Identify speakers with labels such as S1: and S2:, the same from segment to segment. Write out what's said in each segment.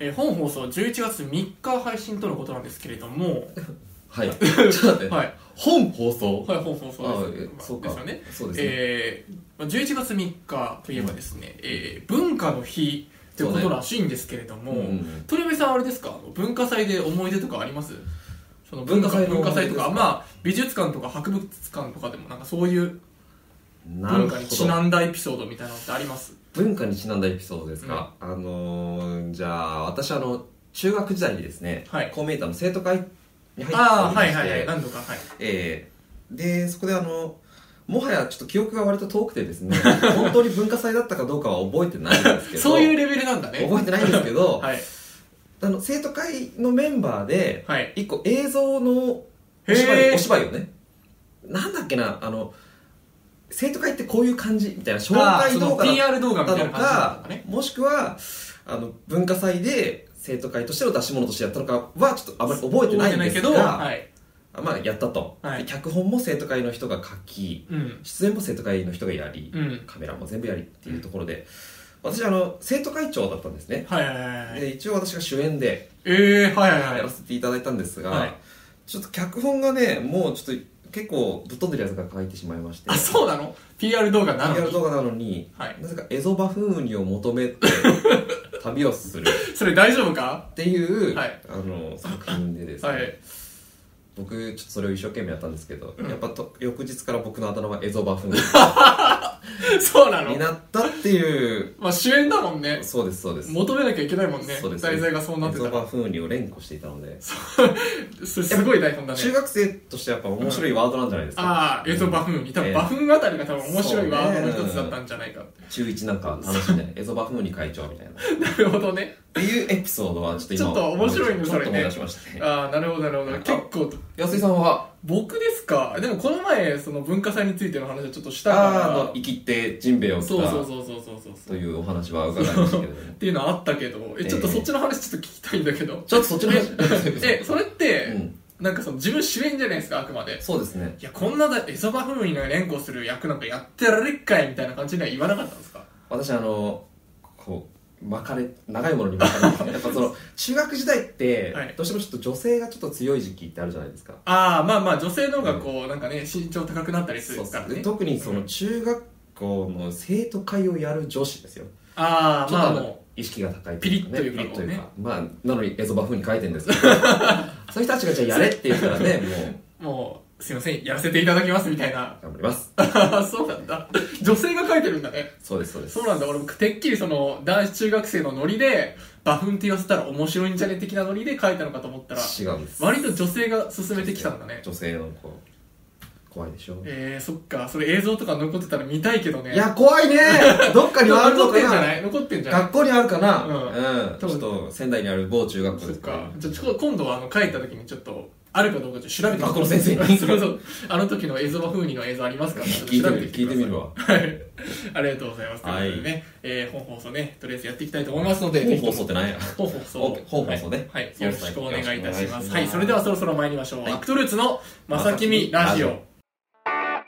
S1: えー本放送11月3日配信とのことなんですけれども、
S2: はいちょっと待って、
S1: はい、
S2: 本放送
S1: はい、本放
S2: ああ
S1: 送で
S2: え
S1: す
S2: そうか
S1: ですよね。
S2: そうですね、
S1: えーまあ11月3日といえばですね、えー文化の日ということらしいんですけれども、
S2: うんうん
S1: 鳥海さんあれですか文化祭で思い出とかありますその文化
S2: 文化祭の
S1: 文化祭と
S2: 思い出ですか
S1: か、まあ、美術館とか博物館とかでもなんかそういう
S2: なる
S1: 文
S2: ほ
S1: 化にち
S2: ど
S1: なんだエピソードみたいなのってあります
S2: 文化にちなんだエピソードですか、あのー、じゃあ私あの中学時代にですね、
S1: はい
S2: 公明党の生徒会に入っ
S1: あ
S2: ており
S1: あ
S2: ま
S1: はい
S2: して、
S1: はいはい何度かはい
S2: えーでそこであのもはやちょっと記憶が割と遠くてですね 本当に文化祭だったかどうかは覚えてないんですけど
S1: そういうレベルなんだね
S2: 覚えてないんですけど、
S1: はい
S2: あの生徒会のメンバーで
S1: はい
S2: 一個映像のお芝
S1: へえ
S2: 居お芝居をねなんだっけなあの生徒会ってこういう感じみたいな紹
S1: あー
S2: 介
S1: そ
S2: 動
S1: の
S2: 画だ
S1: PR 動画み
S2: だ
S1: た
S2: っ
S1: い
S2: た
S1: な
S2: の
S1: 感じなの
S2: か
S1: かね、
S2: もしくはあの文化祭で生徒会としての出し物としてやったのかはちょっとあまり覚えてないんです
S1: 覚え
S2: が、
S1: てないけ
S2: まあ、やったと、
S1: はい
S2: で脚本も生徒会の人が書き
S1: どはいうん
S2: 出演も生徒会の人がやり、
S1: うん
S2: カメラも全部やりっていうところで、私あの生徒会長だったんですね、
S1: はいはいはいはい
S2: で一応私が主演で
S1: ええはいはいはい
S2: やらせていただいたんですが、
S1: はい
S2: ちょっと脚本がねもうちょっと結構ぶっ飛んでるやつが書いてしまいまして
S1: あそうなの PR 動画なの
S2: PR
S1: に
S2: 動画なのに、
S1: はい
S2: なぜかエゾバ風にを 求めて旅をする
S1: それ大丈夫か
S2: っていう、
S1: はい
S2: あの作品でですね、
S1: はい
S2: 僕ちょっとそれを一生懸命やったんですけど、
S1: うん
S2: やっぱと翌日から僕のあだ名はエゾバ 風に
S1: そうなの
S2: になったっていう
S1: まあ主演だもんね
S2: そうですそうです
S1: 求めなきゃいけないもんね
S2: そうです
S1: 題材がそうなってた
S2: エゾバ
S1: ら
S2: 風にを連呼していたので、
S1: すすごい台本だね
S2: 中学生としてやっぱ面白いワードなんじゃないですか、
S1: ああエゾバフン多分
S2: ええ
S1: バフンあたりが多分面白いワードの一つだったんじゃないかって
S2: 中1なんか楽しん でエゾバ風に会長みたいなっ
S1: なるほどね
S2: ていうエピソードはちょっと今
S1: ちょっと面白いねそれね
S2: ちょっと思い出しましたね
S1: ああなるほどなるほど結構
S2: 安井さんは
S1: 僕ですかでもこの前その文化祭についての話をちょっとしたか
S2: あーあの
S1: ら
S2: 生きてジンベエを使
S1: そうそうそうそうそうそう
S2: というお話は伺いましたけれども
S1: っていうのはあったけどえちょっとそっちの話 ちょっと聞きたいんだけど
S2: ちょっとそっちの話
S1: えそれって、
S2: うん
S1: なんかその自分主演じゃないですかあくまで
S2: そうですね
S1: いやこんなだエゾバフンの連呼する役なんかやってられっかいみたいな感じには言わなかったんですか
S2: 私あのこう巻かれ長いものに巻かれ て、ね、やっぱその中学時代って、
S1: はい
S2: どうしてもちょっと女性がちょっと強い時期ってあるじゃないですか
S1: ああまあまあ女性の方がこうなんかね身長高くなったりするから
S2: で
S1: ね
S2: 特にその中学校の生徒会をやる女子ですよ、
S1: ああ
S2: ちょっ
S1: ま
S2: と
S1: あ
S2: あ
S1: も
S2: の意識が高い
S1: ピリッというか
S2: ピリッという
S1: こ
S2: かまあなのにエゾバ風に書いてるん ですけどそういう人たちがじゃあやれって言ったらねも
S1: う
S2: う
S1: もうすいませんやらせていただきますみたいな
S2: 頑張ります
S1: そうなんだ女性が書いてるんだね
S2: そうですそうです
S1: そうなんだ俺もてっきりその男子中学生のノリでバフンって言わせたら面白いんじゃね的なノリで書いたのかと思ったら
S2: 違うんです
S1: 割と女性が進めてきたんだね
S2: 女性の子怖いでしょ
S1: えー、そっかそれ映像とか残ってたら見たいけどね
S2: いや 怖いねどっかにはある
S1: 残
S2: の
S1: ってんじゃ
S2: か
S1: な
S2: ない
S1: 残ってんじゃない
S2: 学校にあるかな
S1: うん
S2: うんちょっと仙台にある某中学校
S1: そ
S2: で
S1: っ
S2: す
S1: か
S2: か
S1: じゃあちょ今度はあの書いた時にちょっとあるかどうかちょっと調べてみて
S2: 学校の先生に
S1: そうそうあの時の映像は風味の映像ありますからちょっと
S2: 聞いて
S1: 調
S2: み
S1: べ
S2: る
S1: き
S2: 聞い
S1: くだ
S2: て
S1: さ
S2: みるわ
S1: はい ありがとうございますと
S2: は
S1: い
S2: い
S1: うことでね、えー本放送ねとりあえずやっていきたいと思いますので
S2: 本
S1: ぜひと
S2: 放
S1: も
S2: 送ってなんや
S1: 本放送
S2: 本放送ね
S1: はい、はい
S2: そう
S1: よろ
S2: ですね
S1: しくお願いいたします
S2: よろしくお願いします
S1: はいそれではそろそろ参りましょう、
S2: はい
S1: アクトルーツの「まさきみラジオ」
S2: まさ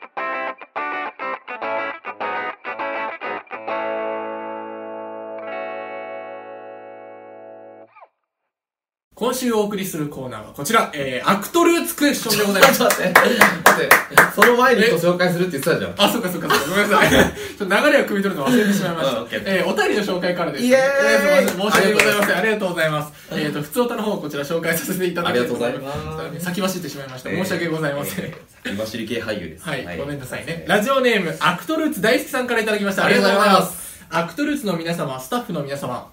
S1: 今週お送りするコーナーはこちら、えー、アクトルーツクエスチョンでございます
S2: ちょっと待って待って その前に人紹介するって言ってたじゃん
S1: あ、そうかそうかそうか、ごめんな さい。ちょっと流れを汲み取るの忘れてしまいまし
S2: うん
S1: た
S2: オッケー。
S1: えー、お便りの紹介からです。
S2: イエーイ
S1: えすいません申し訳ございません。ありがとうございます。えっと、普通歌の方をこちら紹介させていただき
S2: ありがとうございます
S1: 先走ってしまいました。申し訳ございません。
S2: えー先走り系俳優です
S1: はい、ごめんなさいね。
S2: ラ
S1: ラジオネーム、アクトルーツ大好きさんからいただきました。
S2: ありがとうございます
S1: す。アクトルーツの皆様、スタッフの皆様、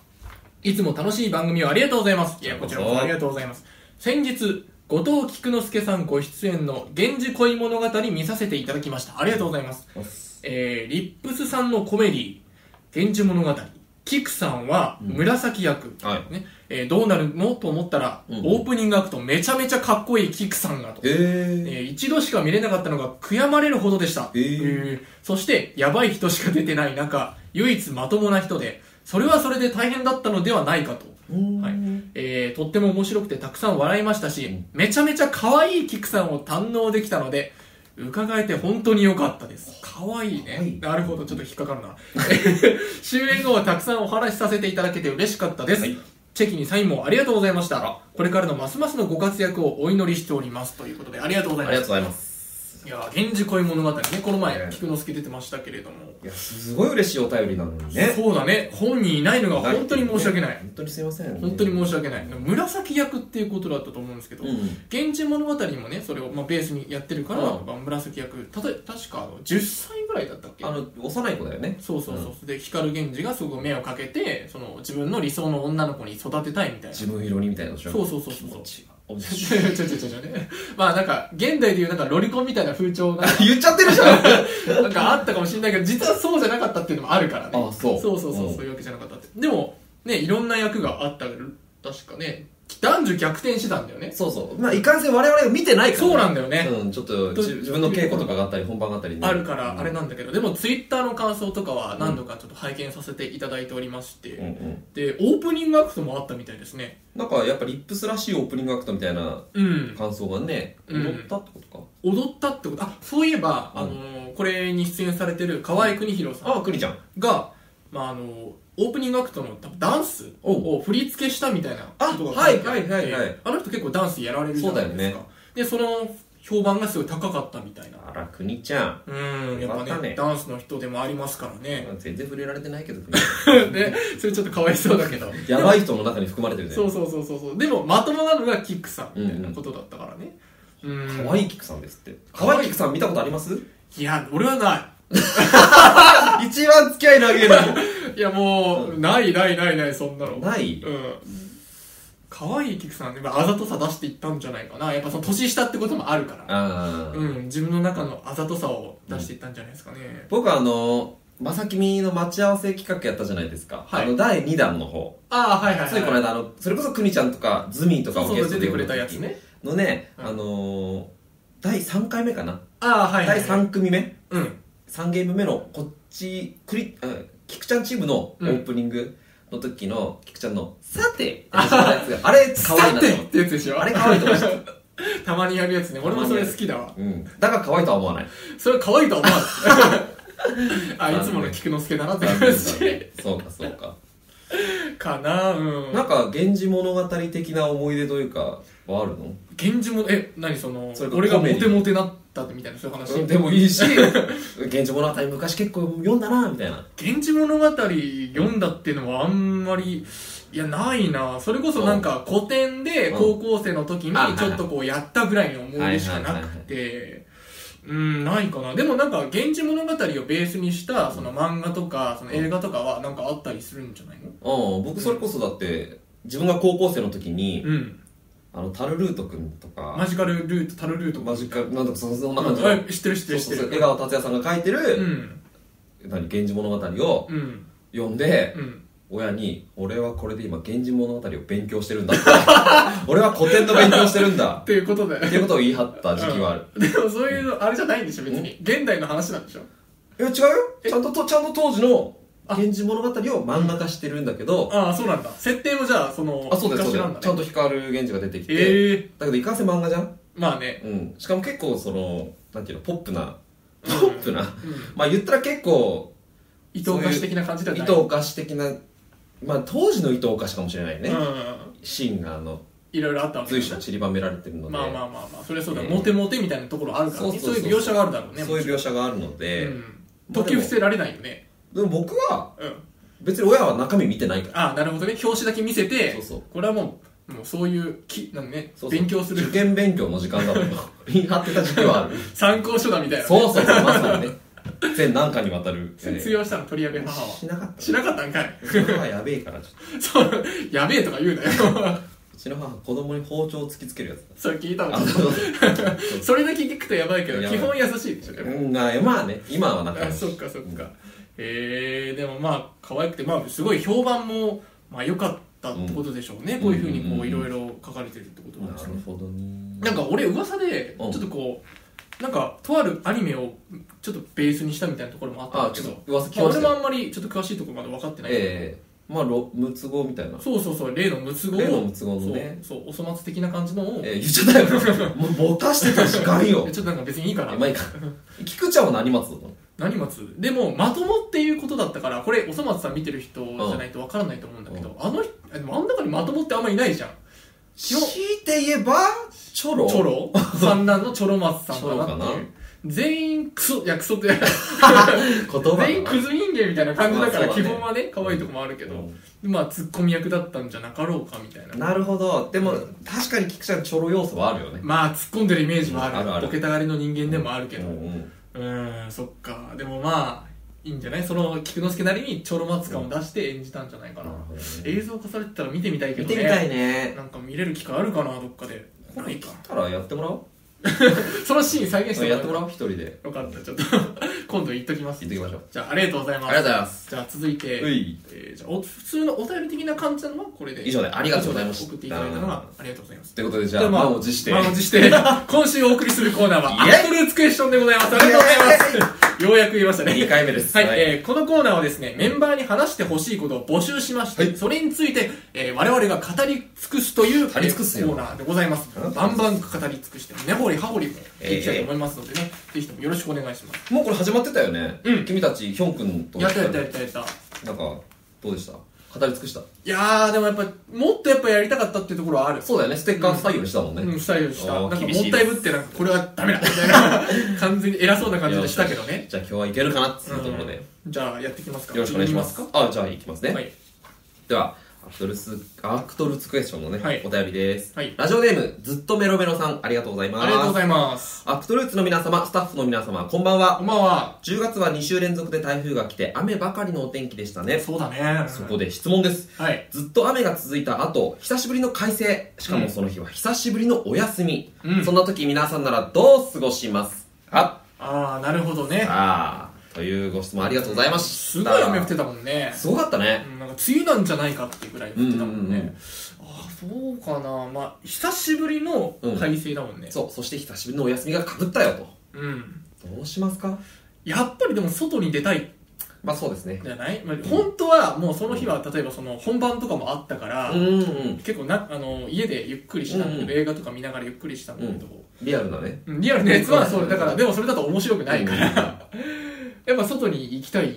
S1: いつも楽しい番組をありがとうございます。いや、こちらこそありがとうございます。先日、後藤菊之助さんご出演の源氏恋物語見させていただきました。ありがとうございます。えーリップスさんのコメディ「源氏物語」キクさんは紫役、
S2: はい
S1: ねえーどうなるのと思ったら、
S2: うん
S1: オープニングアクトめちゃめちゃかっこいいキクさんがと、
S2: え
S1: えー一度しか見れなかったのが悔やまれるほどでした、
S2: えー
S1: ーそしてやばい人しか出てない中唯一まともな人でそれはそれで大変だったのではないかと、
S2: ー
S1: はいえーとっても面白くてたくさん笑いましたし、めちゃめちゃ可愛いキクさんを堪能できたので伺えて本当に良かったです可愛いね
S2: 可愛い
S1: な るほどちょっと引っかかるな終演後はたくさんお話しさせていただけて嬉しかったです、
S2: はい
S1: チェキにサインもありがとうございました。これからのますますのご活躍をお祈りしております。ということで、ありがとうござい
S2: あ
S1: ま
S2: りがとう
S1: す
S2: ご。ざいます
S1: いやー、源氏恋物語ね、この
S2: え
S1: 前、
S2: え
S1: 菊之助出てましたけれども。
S2: いやすごい嬉しいお便りなのにね
S1: そうだね、本人いないのが本当に申し訳ない。
S2: 本当にすいません、ね、
S1: 本当に申し訳ない。紫役っていうことだったと思うんですけど、
S2: うん
S1: 源氏物語にもね、それをまあベースにやってるから、
S2: うん
S1: まあ紫役、たとえ確かあの10歳ぐらいだったっけ
S2: あの幼い子だよね
S1: そうそうそう、で光源氏がすごく目をかけてその自分の理想の女の子に育てたいみたいな
S2: 自分色にみたいなのでしょ
S1: そうそうそうそう
S2: 気持ちが
S1: ちょちょちょちょねまあなんか現代でいうなんかロリコンみたいな風潮 が
S2: 言っちゃってるじゃ ん
S1: なんかあったかもしれないけど実はそうじゃなかったっていうのもあるからね
S2: あそう
S1: そうそうそう、
S2: うん
S1: そういうわけじゃなかったってでもねいろんな役があったけど確かね男女逆転してたんだよね
S2: そうそうまあいかんせん我々が見てないから、
S1: そうなんだよね、
S2: うん、ちょっと
S1: と
S2: 自自分の稽古とかがあったり本番があったりね、
S1: あるからあれなんんだけど、でもツイッターの感想とかは何度かちょっと拝見させていただいておりまして、
S2: うんうん、
S1: でオープニングアクトもあったみたいですね
S2: なんかやっぱリップスらしいオープニングアクトみたいな
S1: うん
S2: 感想がね、
S1: うん
S2: 乗ったってことか、
S1: 踊ったってことあそういえば、
S2: うん
S1: あのーこれに出演されてる河合邦弘さ
S2: あ
S1: ん
S2: あくにちゃん
S1: が、まあ、あのーオープニングアクトの多分ダンス
S2: おう
S1: を振り付けしたみたいな
S2: あ
S1: ことが
S2: は
S1: 書い
S2: い
S1: てあって
S2: はいはいはい
S1: あの人結構ダンスやられるじゃない
S2: そうだ
S1: で
S2: よ
S1: すか、
S2: ね
S1: でその評判がすごい高かったみたいな
S2: あらくにちゃん
S1: うんやっぱ
S2: また
S1: ね
S2: ね
S1: ダンスの人でもありますからね
S2: 全然触れられてないけどくにち
S1: ねそれちょっとかわいそうだけど
S2: ゃんやばい人の中に含まれてるね
S1: そうそうそうそうそうでもまともなのがキックさんみたいなことだったからねうん
S2: 可愛いキクさんですって
S1: 可愛い
S2: 可愛いキクさん見たことあります
S1: いや俺はない
S2: 一番付き合い長いの
S1: いやもう、ないないないないそんなの
S2: に ない
S1: うん可愛い菊さんねまああざとさ出していったんじゃないかなやっぱその年下ってこともあるから
S2: ああ、
S1: うん自分の中のあざとさを出していったんじゃないですかね、
S2: 僕はあのまさきみの待ち合わせ企画やったじゃないですか、
S1: はい
S2: あの第2弾の方
S1: ああはいはいはい
S2: ついこの間あのそれこそくにちゃんとかズミンとか
S1: そ
S2: を
S1: う
S2: ゲ
S1: そ
S2: ス
S1: う
S2: ト
S1: 出
S2: で
S1: てく
S2: 呼ん
S1: れ
S2: だ
S1: たやつ
S2: 時
S1: ね
S2: のね、
S1: うん
S2: あのー第3回目かな、
S1: ああはいはい、
S2: 第3組目
S1: うん
S2: 3ゲーム目のこっちクリ、うん、キクちゃんチームのオープニングの時の、キクちゃんの「さて」って始まったやつがあれ可愛い
S1: さ
S2: なと思ってて
S1: ってやつでしょ
S2: あれ可愛いと思いました
S1: たまにやるやつね俺もそれ好きだわ
S2: うん、だから可愛いとは思 わない
S1: それ可愛いと は思わないあいつもの菊之助だなって感じ
S2: そうかそうか、
S1: かなうん
S2: なんか「源氏物語」的な思い出というかはあるの
S1: 源氏もえ何その
S2: それか
S1: 俺が
S2: コ
S1: モ
S2: メディ
S1: テモテなったってみたいなそういう話、
S2: でもいいし「源氏物語」昔結構読んだなみたいな
S1: 源氏物語読んだっていうのはあんまりいやないなそれこそなんか古典で
S2: うん
S1: 高校生の時
S2: あはいは
S1: に
S2: い
S1: ちょっとこうやったぐらいの思い出しかなくてうんないかなでもなんか源氏物語をベースにしたその漫画とかその映画とかはなんかあったりするんじゃないの
S2: うん僕それこそだって自分が高校生の時に、
S1: うん
S2: あのタルルート君とか
S1: マジカルルートタルルート
S2: マジカルなんとかそそんな感じの、
S1: うん知ってる知って
S2: そう
S1: る知
S2: そ
S1: って
S2: うそう
S1: る
S2: 江川達也さんが書いてる、
S1: うん
S2: 何源氏物語を
S1: うん
S2: 読んで、
S1: うん
S2: 親に「俺はこれで今源氏物語を勉強してるん だ」って「俺は古典の勉強してるんだ
S1: っ」ていうことで
S2: っていうことを言い張った時期はある、
S1: でもそういうのあれじゃないんでしょ別に現代の話なんでしょ
S2: いや違うよちゃんととちゃんと当時の源氏物語を漫画化してるんだけど
S1: ああそうなんだ設定もじゃあその
S2: あそうだよそ
S1: 昔
S2: うだ
S1: なん
S2: よ
S1: だ
S2: ちゃん
S1: ね
S2: と光源氏が出てきて、
S1: ええ
S2: だけどいかんせん漫画じゃん
S1: まあね、
S2: うんしかも結構そのなんていうのポップな
S1: う
S2: ポ
S1: ん
S2: ップな、
S1: うん、
S2: まあ言ったら結構
S1: 伊藤菓子的な感じでは
S2: 伊
S1: ない
S2: 藤菓子的なまあ当時の伊藤菓子かもしれないね、
S1: うん、
S2: シーンがあの
S1: いろいろあったわけ
S2: 随
S1: だ
S2: 所散りばめられてるので、
S1: まあまあまあまあそれはそうだ、
S2: うん
S1: モテモテみたいなところあるから、ね、そういう描写があるだろうね
S2: そういう描写があるので、
S1: うん、解き伏せられないよね、
S2: でも僕は
S1: うん、
S2: 別に親は中身見てないから
S1: ああなるほどね表紙だけ見せて
S2: そうそう
S1: これはもうもうそういうきなん、ね、
S2: そうそう
S1: 勉強する
S2: 受験勉強の時間 だと言い張ってた時期はある
S1: 参考書だみたいな、ね、
S2: そうそうそうまさにね全何かにわたる
S1: 通用したの取り上げ母は
S2: しなかった
S1: しなかったんかいう
S2: ちの母はやべえからちょっと
S1: そうやべえとか言うなよ
S2: うちの母子供に包丁を突きつけるやつ
S1: それ聞いたの
S2: あそう
S1: それだけ聞くとやばいけど
S2: やば
S1: 基
S2: い
S1: 本優しいでしょでも
S2: うんあまあね今は仲
S1: あ
S2: 良し
S1: そっかそっかえー、でもまあ可愛くてまあすごい評判もまあ良かったってことでしょうね、
S2: ん
S1: こういうふうにこ
S2: う
S1: うんいろいろ書かれてるってこと
S2: な
S1: なんですね
S2: るほどね
S1: なんか俺噂でちょ
S2: う
S1: っ
S2: ん
S1: とこうなんかとあるアニメをちょっとベースにしたみたいなところもあった
S2: あ
S1: んだ
S2: ち
S1: け
S2: ょっ
S1: ど
S2: と噂聞き
S1: まあ
S2: まし
S1: 俺
S2: た
S1: も
S2: よ
S1: あんまりちょっと詳しいところまで分かってない、
S2: ええまあろ六つ子みたいな
S1: そうそうそう例のムツゴ
S2: 例の
S1: を
S2: ムツゴのね
S1: そうそうお粗末的な感じのを、
S2: えー、言っちゃったよもうぼかしてた時間よ
S1: ちょっとなんか別にいいかな
S2: えまあいいか菊ちゃんは何松なの
S1: 何松でもまともっていうことだったからこれおそ松さん見てる人じゃないと分からないと思うんだけど、あの人あでもあん中にまともってあんまいないじゃん
S2: 強いて言えばチョロ
S1: チョロ三男のチョロ松さんかなって
S2: チョロか
S1: い
S2: な
S1: う全員クソいやクソって
S2: 言葉
S1: 全員ク
S2: ズ
S1: ズ人間みたいな感じだから
S2: まあそうだ
S1: 基
S2: ね
S1: 本はね可愛いとこもあるけど、まあツッコミ役だったんじゃなかろうかみたいな
S2: なるほどでも確かに菊ちゃんチョロ要素はあるよね
S1: まあ突っ込んでるイメージもある,、
S2: うんあるある
S1: ボケたがりの人間でもあるけど
S2: う
S1: うん
S2: うん
S1: ーんそっかでもまあいいんじゃないその菊之助なりにちょろまつ感を出して演じたんじゃないかな、
S2: なるほどね
S1: 映像化されてたら見てみたいけ
S2: 見
S1: ど
S2: て
S1: ね
S2: みたいね
S1: なんか見れる機会あるかなどっかで
S2: こ
S1: な
S2: れ
S1: い
S2: 来
S1: か
S2: たらやってもらおう
S1: そのシーン再現して
S2: やってもら
S1: う
S2: おう一人で
S1: よかったちょっと今度言っときます
S2: 行ってきましょう
S1: じゃあありがとうござい
S2: あ
S1: ます
S2: りがとうございます
S1: じゃあ続いて
S2: うい
S1: えーじゃあお普通のお便り的な感じなのはこれで
S2: 以上でありがとうございました
S1: 送っていただいたのはありがとうございます
S2: ということでじ
S1: じ
S2: ゃあ
S1: まあ
S2: 満を持して
S1: 満を持して今週お送りするコーナーは
S2: イ
S1: ア
S2: エイ
S1: ットルーツクエスチョンでございますありがとうございますようやく言いましたね
S2: 2回目です
S1: はい、えーこのコーナーはですね、メンバーに話してほしいことを募集しまして、
S2: はい
S1: それについて、えー我々が語り尽くすという
S2: 語り尽くすよ
S1: コーナーでございます
S2: あな。た
S1: バンバン語り尽くして、根掘り葉掘りもいきたいと思いますのでね、ぜひともよろしくお願いします。
S2: もうこれ始まってたよね
S1: うん
S2: 君たちヒョン君と
S1: やったやったやったやった。
S2: なんかどうでした語り尽くした
S1: いやー、でもやっぱ、もっとやっぱやりたかったっていうところはある。
S2: そうだよねステッカー採用したもんね
S1: うん、スタイルした。なん
S2: あー
S1: かも
S2: 厳し
S1: っ
S2: い
S1: たいぶって、なんかこれはダメだみたいな、 完全に偉そうな感じでしたけどね。
S2: じゃあ今日はいけるかなっていうところで、よ
S1: じゃあ、やってきますか。
S2: ろしくお願いします
S1: か
S2: あじゃあいきますね、
S1: はい。
S2: ではアクトルスアクトルツクエスチョンのね、
S1: はい
S2: お便りです、
S1: はい
S2: ラジオネームずっとメロメロさんありがとうございます
S1: ありがとうございます。
S2: アクトルーツの皆様スタッフの皆様こんばん
S1: こ
S2: は
S1: んばんは。
S2: 10月は2週連続で台風が来て雨ばかりのお天気でしたね
S1: そうだね。
S2: そこで質問です
S1: はい。
S2: ずっと雨が続いた後久しぶりの快晴しかもその日は久しぶりのお休み、
S1: うん
S2: そんな時皆さんならどう過ごしますか
S1: ああ、なるほどね。
S2: ああというご質問ありがとうございました
S1: すごい雨降ってたもんね。
S2: すごかったね
S1: うんなんか梅雨なんじゃないかっていうぐらい降ってたもんね。
S2: うんうんうん
S1: ああ、そうかな。まあ、久しぶりの快晴だもんね。
S2: そうそして久しぶりのお休みがかぶったよ
S1: うん。
S2: とどうしますか
S1: やっぱりでも外に出たいん
S2: まあそうですね
S1: じゃない、まあ、本当はもうその日は例えばその本番とかもあったから、
S2: うんうん
S1: 結構なあの家でゆっくりしたんだけど、
S2: うんうん
S1: 映画とか見ながらゆっくりしたんだけど、
S2: リアルなね
S1: うんリアルなやつはそれだからでもそれだと面白くないから、やっぱ外に行きたいよ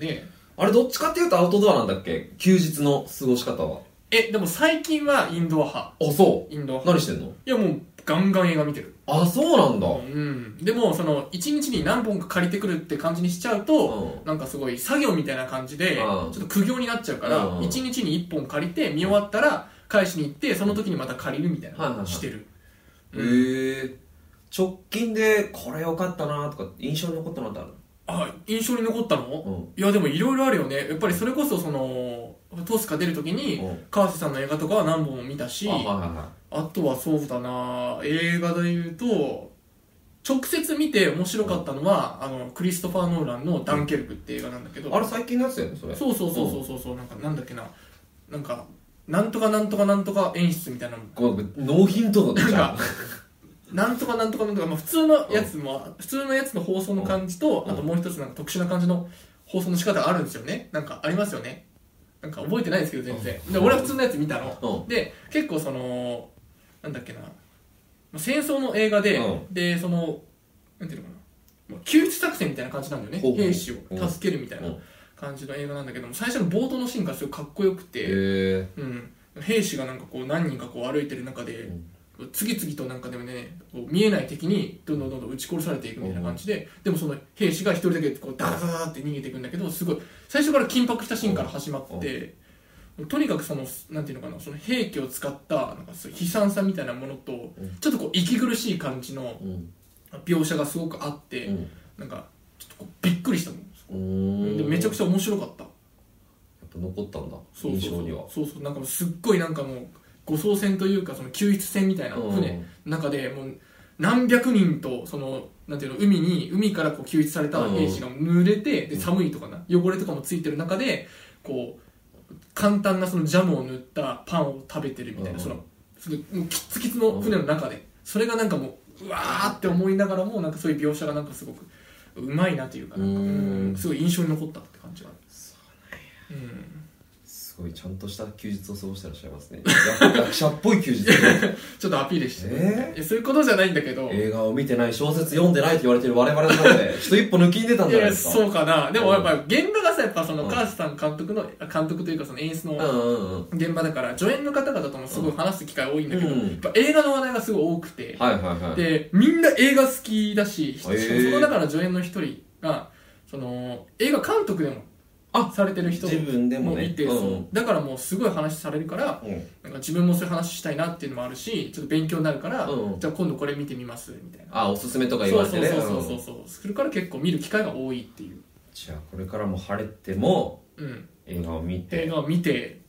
S1: ね
S2: あれどっちかっていうとアウトドアなんだっけ休日の過ごし方は
S1: えでも最近はインドア派
S2: あそ
S1: インドア
S2: う
S1: 派
S2: 何してんの
S1: いやもうガンガン映画見てる
S2: あそうなんだ
S1: うんでもその一日に何本か借りてくるって感じにしちゃうと、
S2: う
S1: なんかすごい作業みたいな感じで、
S2: うん
S1: ちょっと苦行になっちゃうから、
S2: うん
S1: 一日に1本借りて見終わったら返しに行ってその時にまた借りるみたいな、
S2: はいはいはい
S1: してる
S2: へえ直近でこれ良かったなとか印象に残ったのってある
S1: あ印象に残ったの、
S2: う
S1: いやでもいろいろあるよねやっぱりそれこそそのトスカ出る時に
S2: うん
S1: 川瀬さんの映画とかは何本も見たし
S2: あはいはいは
S1: あとはそうだな映画で言うと直接見て面白かったのは、あのクリストファー・ノーランの「ダンケルク」って映画なんだけど、
S2: いあれ最近のやつだよねそれ
S1: そうそうそうそうそうそうなんかなんだっけななんかなんとかなんとかなんとか演出みたいなの
S2: ごめんごめんノーヒントだったじゃん
S1: なんとかなんとかなんとか、まあ、普通のやつも、普通のやつの放送の感じと、
S2: うん
S1: あともう一つなんか特殊な感じの放送の仕方あるんですよねなんかありますよねなんか覚えてないですけど全然、
S2: うん
S1: で俺は普通のやつ見たの、
S2: うん
S1: で結構そのなんだっけなまあ戦争の映画で、
S2: う
S1: でそのなんていうのかなもう救出作戦みたいな感じなんだよね
S2: ほうほう
S1: 兵士を助けるみたいな
S2: うん
S1: 感じの映画なんだけども最初の冒頭のシーンがすごいかっこよくて、
S2: へ
S1: うん、兵士がなんかこう何人かこう歩いてる中で、次々となんかでもねこう見えない敵にどんどんどんどん撃ち殺されていくみたいな感じで、でもその兵士が一人だけこうダラダラダラって逃げていくんだけどすごい最初から緊迫したシーンから始まって、とにかくそのなんていうのかなその兵器を使ったなんかそういう悲惨さみたいなものと、
S2: うん
S1: ちょっとこう息苦しい感じの
S2: えうん
S1: 描写がすごくあって、なんかちょっとこうびっくりしたもん、
S2: うん
S1: でめちゃく
S2: ち
S1: ちゃ面白かった。
S2: ゃやっぱ残ったんだ
S1: そう
S2: 印
S1: そう
S2: 象
S1: そう
S2: には
S1: そうそうなんかもうすっごいなんかもう護送船というかその救出船みたいな
S2: うん
S1: 船の中でもう何百人とそのなんていうの海に海からこう救出された兵士が濡れてで寒いとかな汚れとかもついてる中でこう簡単なそのジャムを塗ったパンを食べてるみたいな
S2: うん
S1: そのそのもうキッツキツの船の中でそれがなんかもううわーって思いながらもなんかそういう描写がなんかすごくうまいなというかなんか
S2: うん
S1: うんすごい印象に残ったって感じがある。うん
S2: すごいちゃんとした休日を過ごしてらっしゃいますね学学者っぽい休 日
S1: ちょっとアピールして、
S2: え
S1: えそういうことじゃないんだけど、
S2: 映画を見てない小説読んでないと言われてる我々の中で人一歩抜きに出たん
S1: い
S2: じ
S1: や
S2: ゃない
S1: いや
S2: ですか
S1: そうかなでもやっぱ現場がさやっぱその
S2: うん
S1: 川瀬さん監督の監督というかその演出
S2: うん
S1: の
S2: うんうん
S1: 現場だから助演の方々ともすごい話す機会多いんだけど、
S2: うん
S1: やっぱ映画の話題がすごい多くて、
S2: はいはいはい
S1: でみんな映画好きだし、しかも
S2: へえ
S1: その中の助演の一人がその映画監督でも
S2: あ
S1: されてる人
S2: 自分でも
S1: も
S2: ね
S1: いて、
S2: うん
S1: そうだからもうすごい話されるから
S2: うん
S1: なんか自分もそういう話したいなっていうのもあるしちょっと勉強になるから、
S2: うん
S1: じゃあ今度これ見てみますみたいな
S2: あおすすめとか言われてね
S1: そうそうそうそう
S2: うん
S1: そうそれから結構見る機会が多いっていう、
S2: じゃあこれからも晴れても
S1: うん、
S2: 映画を見
S1: 映
S2: て
S1: 画を見て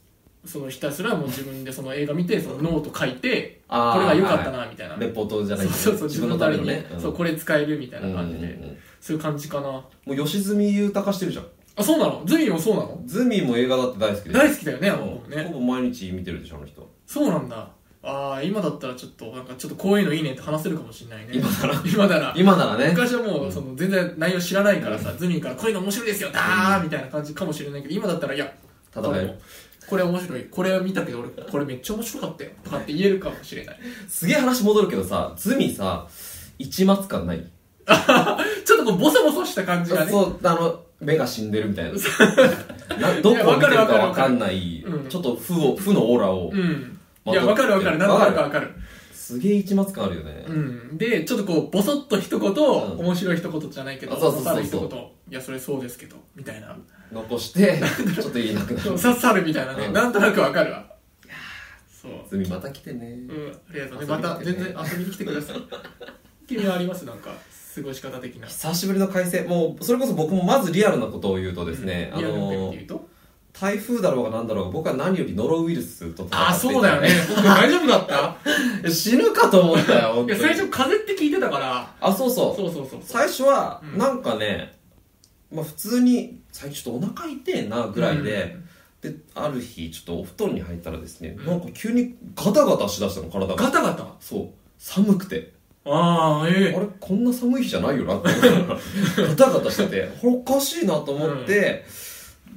S1: そのひたすらもう自分でその映画見てそのノート書いて
S2: あー
S1: これが良かったなみたいな、
S2: レポートじゃな
S1: そ
S2: いうけど
S1: そうそう自分のために、
S2: ねん
S1: そうこれ使えるみたいな感じで、
S2: うんうんうん
S1: そういう感じかな
S2: もう吉住豊化してるじゃん
S1: あそうなのズミもそうなの
S2: ズミも映画だって大好きで
S1: 大
S2: 好
S1: 好きだよねあの子も
S2: ほ
S1: ね
S2: ぼ毎日見てるでしょあの人
S1: そうなんだああ今だったらちょっとなんかちょっとこういうのいいねって話せるかもしれないね
S2: 今なら
S1: 今なら
S2: 今ならね
S1: 昔はもうその全然内容知らないからさ、ズミンからこういうの面白いですよ、だーみたいな感じかもしれないけど、今だったら、いや、
S2: ただ
S1: これ
S2: ね
S1: もこれ面白い、これ見たけど俺、これめっちゃ面白かったよとかって言えるかもしれない。
S2: すげえ話戻るけどさズミさ一末感ない
S1: ちょっとこう、ボソボソした感じがね、
S2: そうあの目が死んでるみたいななどこを見てるかわかんない
S1: うん
S2: ちょっと負を負のオーラを
S1: うん。い
S2: ま
S1: や、
S2: た
S1: わかるわかる、なんとなくわかる。
S2: すげえ一末感あるよね
S1: うん。で、ちょっとこう、ボソッと一言、
S2: ん
S1: 面白い一言じゃないけど、
S2: あそうそうそうそう
S1: 刺さる一言、いや、それそうですけど、みたい な。
S2: 残してちょっと言えなくな
S1: そう
S2: る
S1: 刺さるみたいなね、
S2: うん
S1: なんとなくわかるわ。そう。
S2: ズミまた来てね
S1: うん、ありがとうね。
S2: 遊びに来
S1: ま
S2: てね
S1: た全然遊びに来てく ださい。君はありますなんか過ごし方的な。
S2: 久しぶりの改正もうそれこそ僕もまずリアルなことを言うとですね、
S1: うん
S2: あ
S1: リアルな面
S2: の
S1: で言うと。
S2: 台風だろうがなんだろうが僕は何よりノロウイルスと戦っていた
S1: あ、そうだよね。僕 大丈夫だった。
S2: 死ぬかと思ったよ本
S1: い
S2: 当
S1: や
S2: に
S1: 最初風邪って聞いてたから。
S2: あそうそう
S1: そうそうそうそう。
S2: 最初は
S1: うん
S2: なんかね、まあ普通に最近ちょっとお腹痛えなぐらいで、である日ちょっとお布団に入ったらですね、
S1: うん
S2: なんか急にガタガタしだしたの体が
S1: ガタガタ。
S2: そう寒くて
S1: ああ
S2: あ
S1: え
S2: れこんな寒い日じゃないよなって思ったら ガタガタしててこれおかしいなと思って、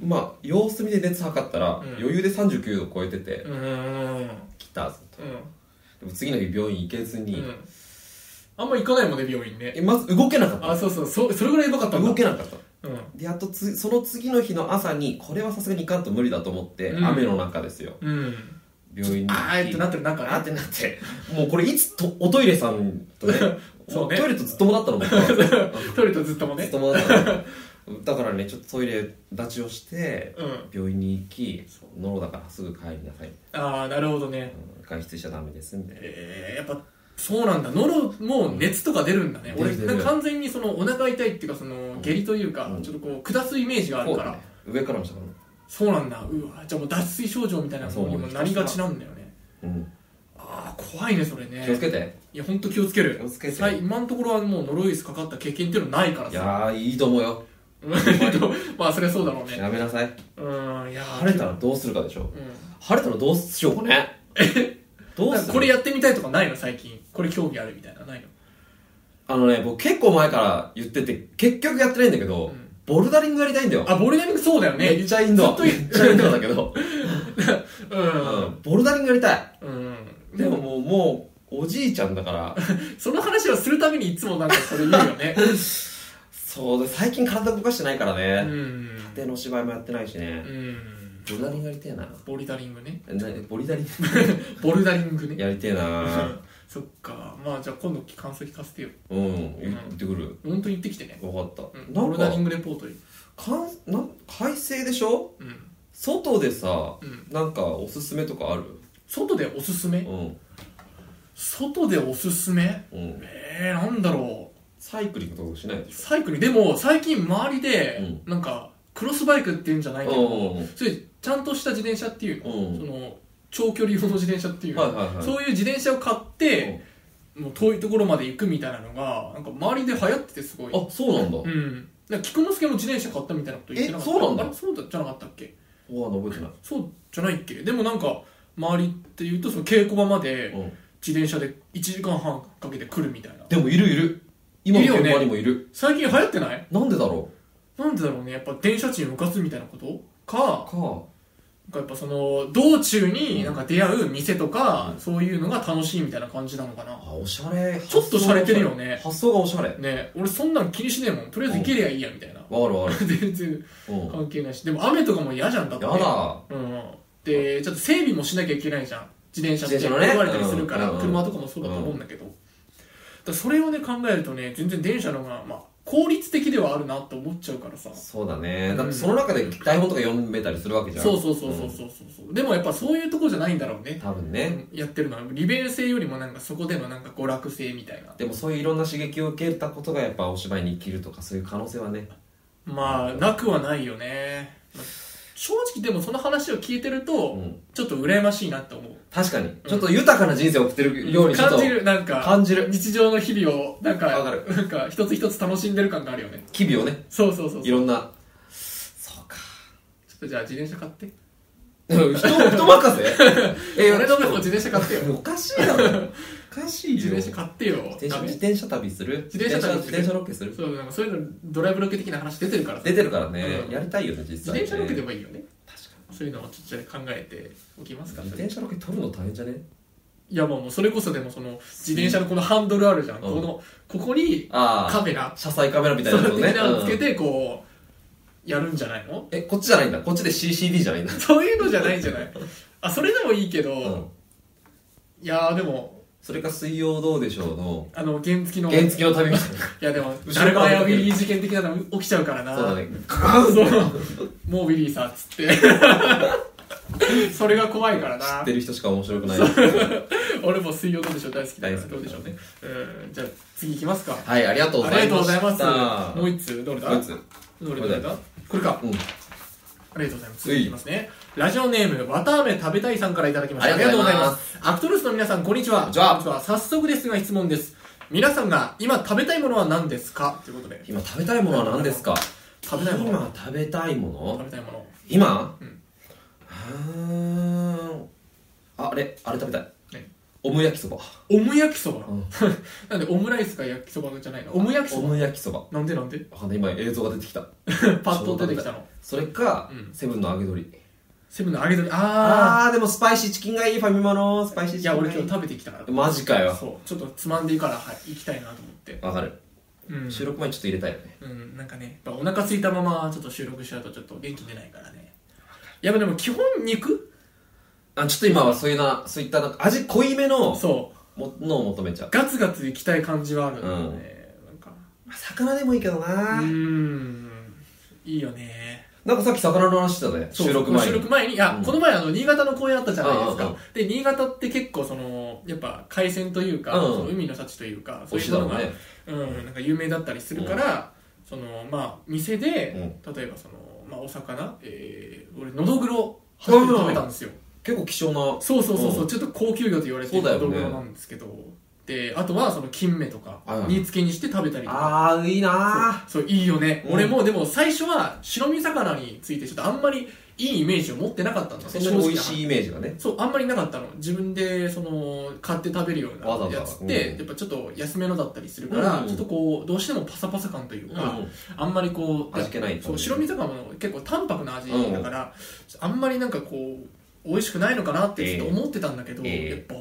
S2: まあ様子見で熱測ったら、
S1: うん
S2: 余裕で39度超えてて
S1: え。うーんうん。
S2: 来たぞとでも次の日病院行けずに、
S1: うんあんま行かないもんね病院ね。
S2: えまず動けなかった
S1: あそうそうそうそれぐらいやばかったんだ。
S2: 動けなかった
S1: うん。
S2: でやっとつその次の日の朝にこれはさすがにいかんと無理だと思って、
S1: うん
S2: 雨の中ですよ
S1: うん。
S2: 病院に
S1: あーえっとな
S2: っ
S1: ってるなんか
S2: あーってなってもうこれいつとおトイレさんとね
S1: そうね
S2: もトイレとずっともだったの僕は
S1: トイレとずっとも
S2: ずっ
S1: ね。
S2: ともだったのだからねちょっとトイレ立ちをして
S1: うん。
S2: 病院に行きノロだからすぐ帰りなさい、
S1: ああなるほどね。
S2: うん外出しちゃダメですみたいな
S1: えー、やっぱそうなんだノロもう熱とか出るんだね、
S2: うん
S1: 俺
S2: 出る
S1: なんか完全にそのお腹痛いっていうかその下痢というか、
S2: うん
S1: ちょっとこう下すイメージがある
S2: こう
S1: か
S2: だ
S1: ら
S2: ね上からもしたか
S1: そう,、なんだうわじゃあもう脱水症状みたいなものにもなりがちなんだよね
S2: ら、うん、
S1: ああ怖いねそれね
S2: 気をつけて
S1: いや本当気をつける
S2: 気をつけて
S1: さい今のところはもうノロウイルスかかった経験っていうのないから
S2: い
S1: さ
S2: やーいいと思うよ
S1: うんえっと まあそれはそうだろうね
S2: やめなさい
S1: うんいやー
S2: 晴れたらどうするかでしょ
S1: うん
S2: 晴れたらどうしようか ねどう
S1: なん
S2: す
S1: か
S2: る
S1: これやってみたいとかないの最近これ興味あるみたいなないの
S2: あのね僕結構前から言ってて結局やってないんだけど、
S1: うん
S2: ボルダリングやりたいんだよ
S1: あボルダリングそうだよ
S2: め
S1: ね
S2: っちゃインド
S1: ずっと
S2: め
S1: 言っ
S2: っちゃインドだけど、
S1: う
S2: うんん、ボルダリングやりたい
S1: うん、
S2: でももうもうおじいちゃんだから
S1: その話をするためにいつもなんかそれ言うよね
S2: そうだ最近体動かしてないから
S1: う
S2: ね、
S1: ん
S2: 手の芝居もやってないしね
S1: う、ん
S2: ボルダリングやりてえな
S1: ボルダリングね
S2: えなボルダリン
S1: ボルダリング
S2: グ
S1: ね
S2: やりて えな
S1: そっかまあじゃあ今度感想聞かせてよ
S2: うん言ってくる
S1: 本当に行ってきてね、
S2: 分かった、
S1: うん、ボルダ
S2: な
S1: リ
S2: ん
S1: ン
S2: か
S1: グレポートに
S2: かんなん快晴でしょ
S1: うん
S2: 外でさ
S1: うん
S2: なんかおすすめとかある
S1: 外でおすすめ
S2: うん
S1: 外でおすすめ
S2: うん
S1: えー、なんだろう
S2: サイクリングとかしないでしょ
S1: サイクルでも最近周りでなんかクロスバイクっていうんじゃないけど、
S2: うんうん
S1: それちゃんとした自転車っていうの、
S2: うん
S1: その長距離用の自転車っていうの、
S2: はいはいはい
S1: そういう自転車を買って、もう遠いところまで行くみたいなのがなんか周りで流行っててすごい
S2: あそうなんだ
S1: うんなんか菊之助も自転車買ったみたいなこと言ってなかった
S2: えそうなんだ
S1: あれそうだじゃなかったっけ
S2: おわ覚えてない
S1: そうじゃないっけでもなんか周りっていうとその稽古場まで
S2: うん
S1: 自転車で1時間半かけて来るみたいな
S2: でもいるいる今の
S1: いるよね
S2: 現場にもいる
S1: 最近流行ってない
S2: なんでだろ
S1: なんでだろうねやっぱ電車賃浮かすみたいなこと
S2: う
S1: か
S2: か
S1: かやっぱその道中になんか出会う店とか、そういうのが楽しいみたいな感じなのかな
S2: あおしゃれ
S1: ちょっと洒落てるよね
S2: 発想がおしゃれわか
S1: ね俺そんなん気にしねえもんとりあえず行けりゃいいやみたいな
S2: るわかる
S1: 全然
S2: うん
S1: 関係ないしでも雨とかも嫌じゃんだって
S2: やだ
S1: うんでちょっと整備もしなきゃいけないじゃん自転車って
S2: 自転車のね
S1: 壊れたりするから、
S2: うん
S1: 車とかもそうだと思うんだけど、だからそれをね考えるとね全然電車の方が、まあ、効率的ではあるなと思っちゃうからさ
S2: そうだねだってその中で台本とか読めたりするわけじゃん
S1: そうそうそうそう
S2: うん
S1: そうそう、でもやっぱそういうとこじゃないんだろうね
S2: 多分ね
S1: うんやってるのは利便性よりもなんかそこでのなんか娯楽性みたいな
S2: でもそういういろんな刺激を受けたことがやっぱお芝居に生きるとかそういう可能性はね
S1: まあなくはないよねまあ正直でもその話を聞いてると、
S2: うん
S1: ちょっと羨ましいなって思う
S2: 確かにちょっと豊かな人生を送ってるようにちょっと
S1: 感じるなんか
S2: 感じる
S1: 日常の日々をなんか
S2: わかる
S1: なんか一つ一つ楽しんでる感があるよね
S2: 機微をね
S1: そうそうそう
S2: い
S1: そうちょ
S2: ろんなそうか
S1: っとじゃあ自転車買って
S2: うん 人人任 せえ
S1: 俺の目も自転車買ってよ
S2: おか しいだろおかしいよ
S1: 自転車買ってよ
S2: 自転
S1: ダ
S2: 車
S1: メ
S2: 自転車旅する
S1: 自転車旅する
S2: 自転車ロケする
S1: そうなんかそういうのドライブロケ的な話出てるからさ
S2: 出てるからね、
S1: うん
S2: やりたいよね
S1: 自
S2: 実際ね
S1: 転車ロケでもいいよね
S2: 確か
S1: そういうのをちょっと考えておきますか
S2: に自転車ロケ撮るの大変じゃね
S1: いやまあもうそれこそでもその自転車のこのハンドルあるじゃん、
S2: ん
S1: このここに
S2: ああ
S1: カメラ
S2: 車載カメラみたい
S1: その
S2: なのね
S1: 的なのつけ
S2: うん
S1: てこうやるんじゃないの
S2: えこっちじゃないんだこっちで CCD じゃないんだ
S1: そういうのじゃないんじゃないあそれでもいいけど、
S2: うん
S1: いやーでも
S2: それか水曜どうでしょうの
S1: あの原付の
S2: 原付の旅みたい
S1: いやでも
S2: 後
S1: ダル
S2: ろ
S1: マ
S2: から
S1: やウィリー事件的なの起きちゃうからな
S2: なそうだね
S1: そうもうウィリーさっつって それが怖いから
S2: 知っ
S1: な
S2: てる人しか面白くない
S1: 俺も水曜どうでしょう大好きだから
S2: 大好き
S1: どうでしょうねうんじゃあ次行きますか
S2: はいありがとうご
S1: あ
S2: ざ
S1: り
S2: い
S1: がとう
S2: ま
S1: ご
S2: した
S1: ざいますもう
S2: も
S1: 一通どれだ
S2: う一つ
S1: どれだこれか
S2: うん
S1: ありがとうございます
S2: うい
S1: 続きますねラジオネームわたあめ食べたいさんからいただきました
S2: ありがとうございます
S1: すアクトルスの皆さんこんにちは
S2: こんにちは
S1: 早速ですが質問です皆さんが今食べたいものは何ですかということで
S2: 今食べたいものは何ですか
S1: 食べたいもの
S2: 今食べたいも
S1: 食
S2: の
S1: べたいもの
S2: 今
S1: うん
S2: うんああれあれ食べたい
S1: ね
S2: オム焼きそば
S1: オム焼きそば、
S2: うん
S1: なんでオムライスか焼きそばじゃないのオム焼き
S2: オ
S1: そば
S2: ム焼きそば
S1: なんでなんで
S2: わかんない今映像が出てきた
S1: パッと出てきたの
S2: それか
S1: うん
S2: セブンの揚げ鶏
S1: セブンの揚げ鶏ああ
S2: あーでもスパイシーチキンがいいファミマのスパイシー
S1: い
S2: チキン
S1: や
S2: がいい
S1: 俺今日食べてきたから
S2: マジかよ
S1: そうちょっとつまんでいいから、はい、行きたいなと思って
S2: わかる
S1: うん
S2: 収録前にちょっと入れたいよね
S1: うん、なんかね、やっぱお腹空いたままちょっと収録しちゃうとちょっと元気出ないからね。いやでも基本肉
S2: あちょっと今はそういうなそういったなんか味濃いめの
S1: そう。
S2: ものを求めちゃう
S1: ガツガツいきたい感じはあるんだよね。なんか。
S2: 魚でもいいけど
S1: う
S2: な
S1: ーん。いいよね。
S2: なんかさっき魚の話してたね
S1: そう
S2: 収録前
S1: 収
S2: に
S1: 録前に。いや、
S2: うん
S1: この前あの、新潟の公園あったじゃないです
S2: うんうん
S1: か
S2: う。
S1: で、新潟って結構その、やっぱ海鮮というか、
S2: うん
S1: その海の幸というか、そ
S2: 美
S1: うい
S2: 味
S1: う
S2: しい
S1: もの
S2: だろう
S1: が、
S2: ね
S1: うん、なんか有名だったりするから、その、まあ、店で、例えばその、まあ、お魚、えー、俺、のどぐろ、初めて食べたんですよ。
S2: 結構希少な
S1: そうそうそうそう、
S2: うん
S1: ちょっと高級魚と言われてる
S2: そうだよね
S1: どぐろなんですけど、であとはその金目とか
S2: はいはい
S1: 煮付けにして食べたりとか
S2: ああいいな
S1: そうそういいよね、
S2: うん
S1: 俺もでも最初は白身魚についてちょっとあんまりいいイメージを持ってなかったんだ
S2: そんなに美味
S1: い
S2: しいイメージがね
S1: そうあんまりなかったの自分でその買って食べるよう
S2: わざわ
S1: な
S2: ざ
S1: やつって、
S2: うん
S1: やっぱちょっと安めのだったりするから、
S2: うん
S1: ちょっとこうどうしてもパサパサ感という
S2: う
S1: か、あんまりこう
S2: 味気ない
S1: そう白身魚も結構淡白な味だから、あんまりなんかこう美味しくないのかなってちょっと思ってたんだけど、
S2: ええ
S1: やっぱ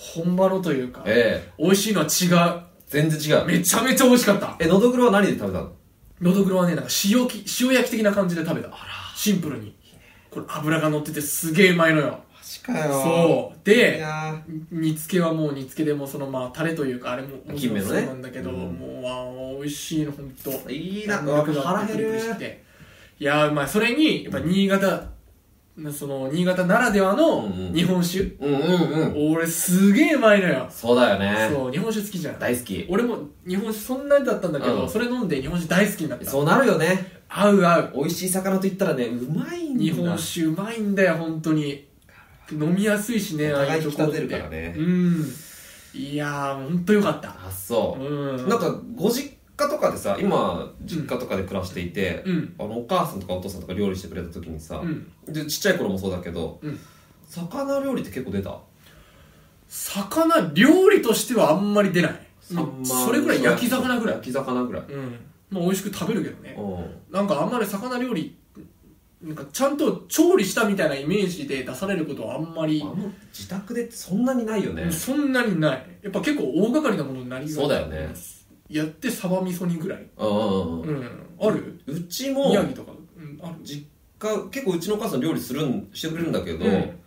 S1: 本場のというか、
S2: ええ
S1: 美味しいのは
S2: 全然違
S1: 違う
S2: う
S1: めちゃめちゃ美味しかった
S2: えのどぐろは何で食べたの
S1: のどぐろはねなんか塩き塩焼き的な感じで食べたシンプルにこれ脂が乗っててすげえうまいのよ
S2: マジか
S1: そう
S2: いい
S1: で
S2: な
S1: 煮付けはもう煮付けでもそのまあタレというかあれも
S2: 金目のね
S1: そうなんだけど、
S2: うん
S1: もうあー美味しいの本当。
S2: いいな
S1: なんか
S2: 腹減
S1: プリプ
S2: る
S1: リしていやーまあそれにやっぱ新潟、その新潟ならではの
S2: うんうん
S1: 日本酒、
S2: うんうんうん
S1: 俺すげえうまいのよ、
S2: そうだよね
S1: そう日本酒好きじゃん
S2: 大好き
S1: 俺も日本酒そんなにだったんだけど、
S2: うん
S1: それ飲んで日本酒大好きになった
S2: そうなるよね
S1: 合う合う
S2: 美味しい魚と言ったらねうまいんだ
S1: 日本酒うまいんだよ本当に飲みやすいしね
S2: お
S1: ああい
S2: 互
S1: う
S2: い
S1: と
S2: 引き
S1: こ
S2: 立
S1: って
S2: るからね
S1: うんいやー本当よかった
S2: あそううんなんかご実家とかでさ今実家とかで暮らしていて
S1: うん
S2: あのお母さんとかお父さんとか料理してくれた時にさ
S1: うん
S2: でちっちゃい頃もそうだけど
S1: うん
S2: 魚料理って結構出た
S1: 魚料理としてはあんまり出ない
S2: サンマ
S1: それぐらい焼き魚ぐらい
S2: 焼き魚ぐらい
S1: うんまあ美味しく食べるけどね
S2: うん
S1: なんかあんまり魚料理なんかちゃんと調理したみたいなイメージで出されることはあんまり
S2: あ、の自宅でってそんなにないよね、
S1: そんなにないやっぱ結構大掛かりなものになり
S2: そうだよね
S1: やってサバ味噌煮ぐらい
S2: うんうんうん
S1: うんある
S2: うちも
S1: 宮城とかうんある
S2: 実家結構うちのお母さん料理するんしてくれるんだけど、
S1: うん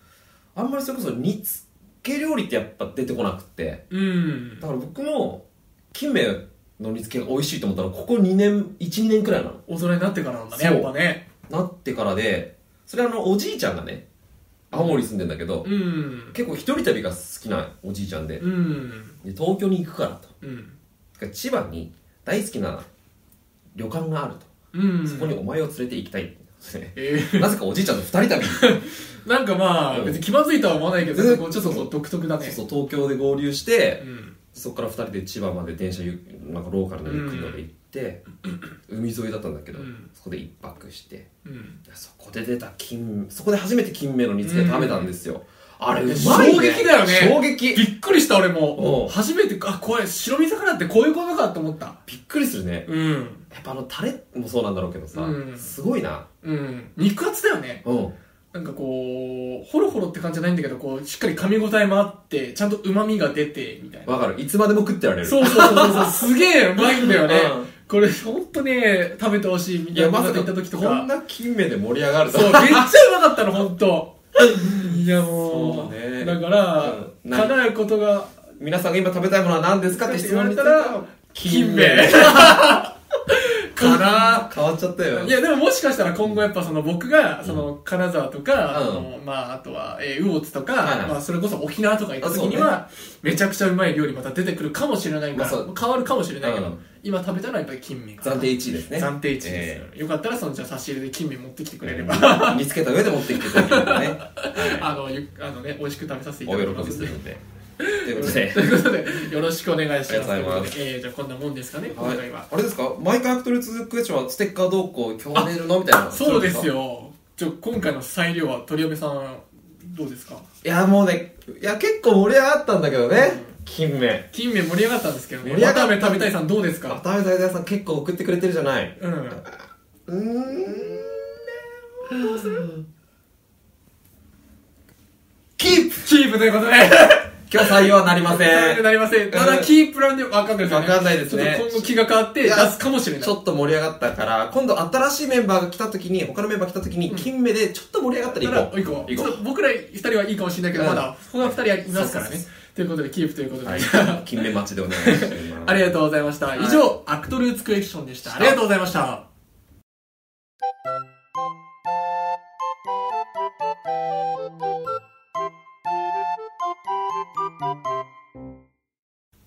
S2: あんまりそれこそ煮つけ料理ってやっぱ出てこなくて
S1: うん
S2: だから僕も金目の煮つけが美味しいと思ったのはここ2年12年くらいなの
S1: 大人になってからなんだね
S2: そう
S1: やっぱね
S2: なってからでそれはあのおじいちゃんがね青森住んでんだけど、
S1: うん
S2: 結構一人旅が好きなおじいちゃんでで
S1: うん
S2: 東京に行くからと
S1: うん
S2: だから千葉に大好きな旅館があると、
S1: うん
S2: そこにお前を連れて行きたい って
S1: えー
S2: なぜかおじいちゃんと二人旅
S1: なんかまあ
S2: うん
S1: 別に気まずいとは思わないけど
S2: 全然
S1: こうちょっとそう独特だね
S2: そうそう東京で合流して
S1: うん
S2: そこから2人で千葉まで電車ゆなんかローカルのゆっくりので行って、海沿いだったんだけど、
S1: うん
S2: そこで1泊して
S1: うん
S2: そこで出た金そこで初めて金目の煮つけ食べたんですよ、あれうまい、ね、
S1: 衝撃だよね
S2: 衝撃び
S1: びっくりした俺
S2: お
S1: も
S2: う
S1: 初めてあこれ白身魚ってこういうことかと思った
S2: びっくりするね
S1: うん
S2: やっぱあのタレもそうなんだろうけどさ、
S1: うん
S2: すごいな
S1: うん肉厚だよね
S2: うん
S1: なんかこうホロホロって感じじゃないんだけどこうしっかり噛み応えもあってちゃんと旨味が出てみたいな
S2: わかるいつまでも食ってられる
S1: そうそうそう そうすげえうまいんだよね、
S2: うん
S1: これほんとね食べてほしいみ
S2: い
S1: たい
S2: や
S1: な
S2: まさ
S1: と
S2: か
S1: 行った時と
S2: こ
S1: か
S2: んな金目で盛り上がると
S1: そうめっちゃうまかったのほんといやもう
S2: そうね
S1: だから、
S2: うんな
S1: 叶うことが
S2: 皆さんが今食べたいものは何ですかって質問に
S1: 言われたら金目 かな
S2: 変わっちゃったよ
S1: いやでももしかしたら今後やっぱその僕がその金沢とか、
S2: うん
S1: あのまああとはえー魚津とか、
S2: はいはい
S1: まあそれこそ沖縄とか行った時には、めちゃくちゃうまい料理また出てくるかもしれないから、
S2: まあそう
S1: 変わるかもしれないけど、
S2: うん
S1: 今食べたのはやっぱり金目かな
S2: 暫定1位ですね
S1: 暫定値ですよ
S2: え、
S1: よかったらそのじゃあ差し入れで金目持ってきてくれれば、
S2: え見つけた上で持ってきていただけると ね
S1: あのゆあのね美味しく食べさせていた
S2: お
S1: だきま
S2: 喜び
S1: すとい
S2: する
S1: う
S2: のでという
S1: こ
S2: ことで
S1: とでよろしくお願いします
S2: ありがとうございます
S1: ということでえーじゃあこんなもんですかね今
S2: はい
S1: 回は、
S2: あれですか毎回アクトル続くクエスチョンはステッカーどうこう今日メールのみたいな
S1: そうですよちょ今回の裁量は鳥嫁さんどうですか
S2: いやもうねいや結構盛り上がったんだけどね金目
S1: 金目盛り上がったんですけどね
S2: 盛り上がった
S1: わかめ食べたいさんどうですか
S2: 渡辺財団さん結構送ってくれてるじゃない
S1: うん
S2: うーん
S1: キープキープということで
S2: 今日採用はなりませ
S1: え
S2: ん
S1: なりませんただキープなんでわかんないですよね
S2: わかんないですね
S1: ちょっと今後気が変わって
S2: い
S1: 出
S2: や
S1: すかもしれない
S2: ちょっと盛り上がったから今度新しいメンバーが来た時に他のメンバーが来た時に金目でちょっと盛り上がったら行こう
S1: 行こう
S2: 行こ
S1: ちょっと僕ら二人はいいかもしれないけど、
S2: うん
S1: まだこの二人はいますからね
S2: そうそう
S1: ということでキープということで、
S2: はい金目待ちでお願いします
S1: ありがとうございました、
S2: い
S1: 以上アクトルーツクエクションでしたありがとうございました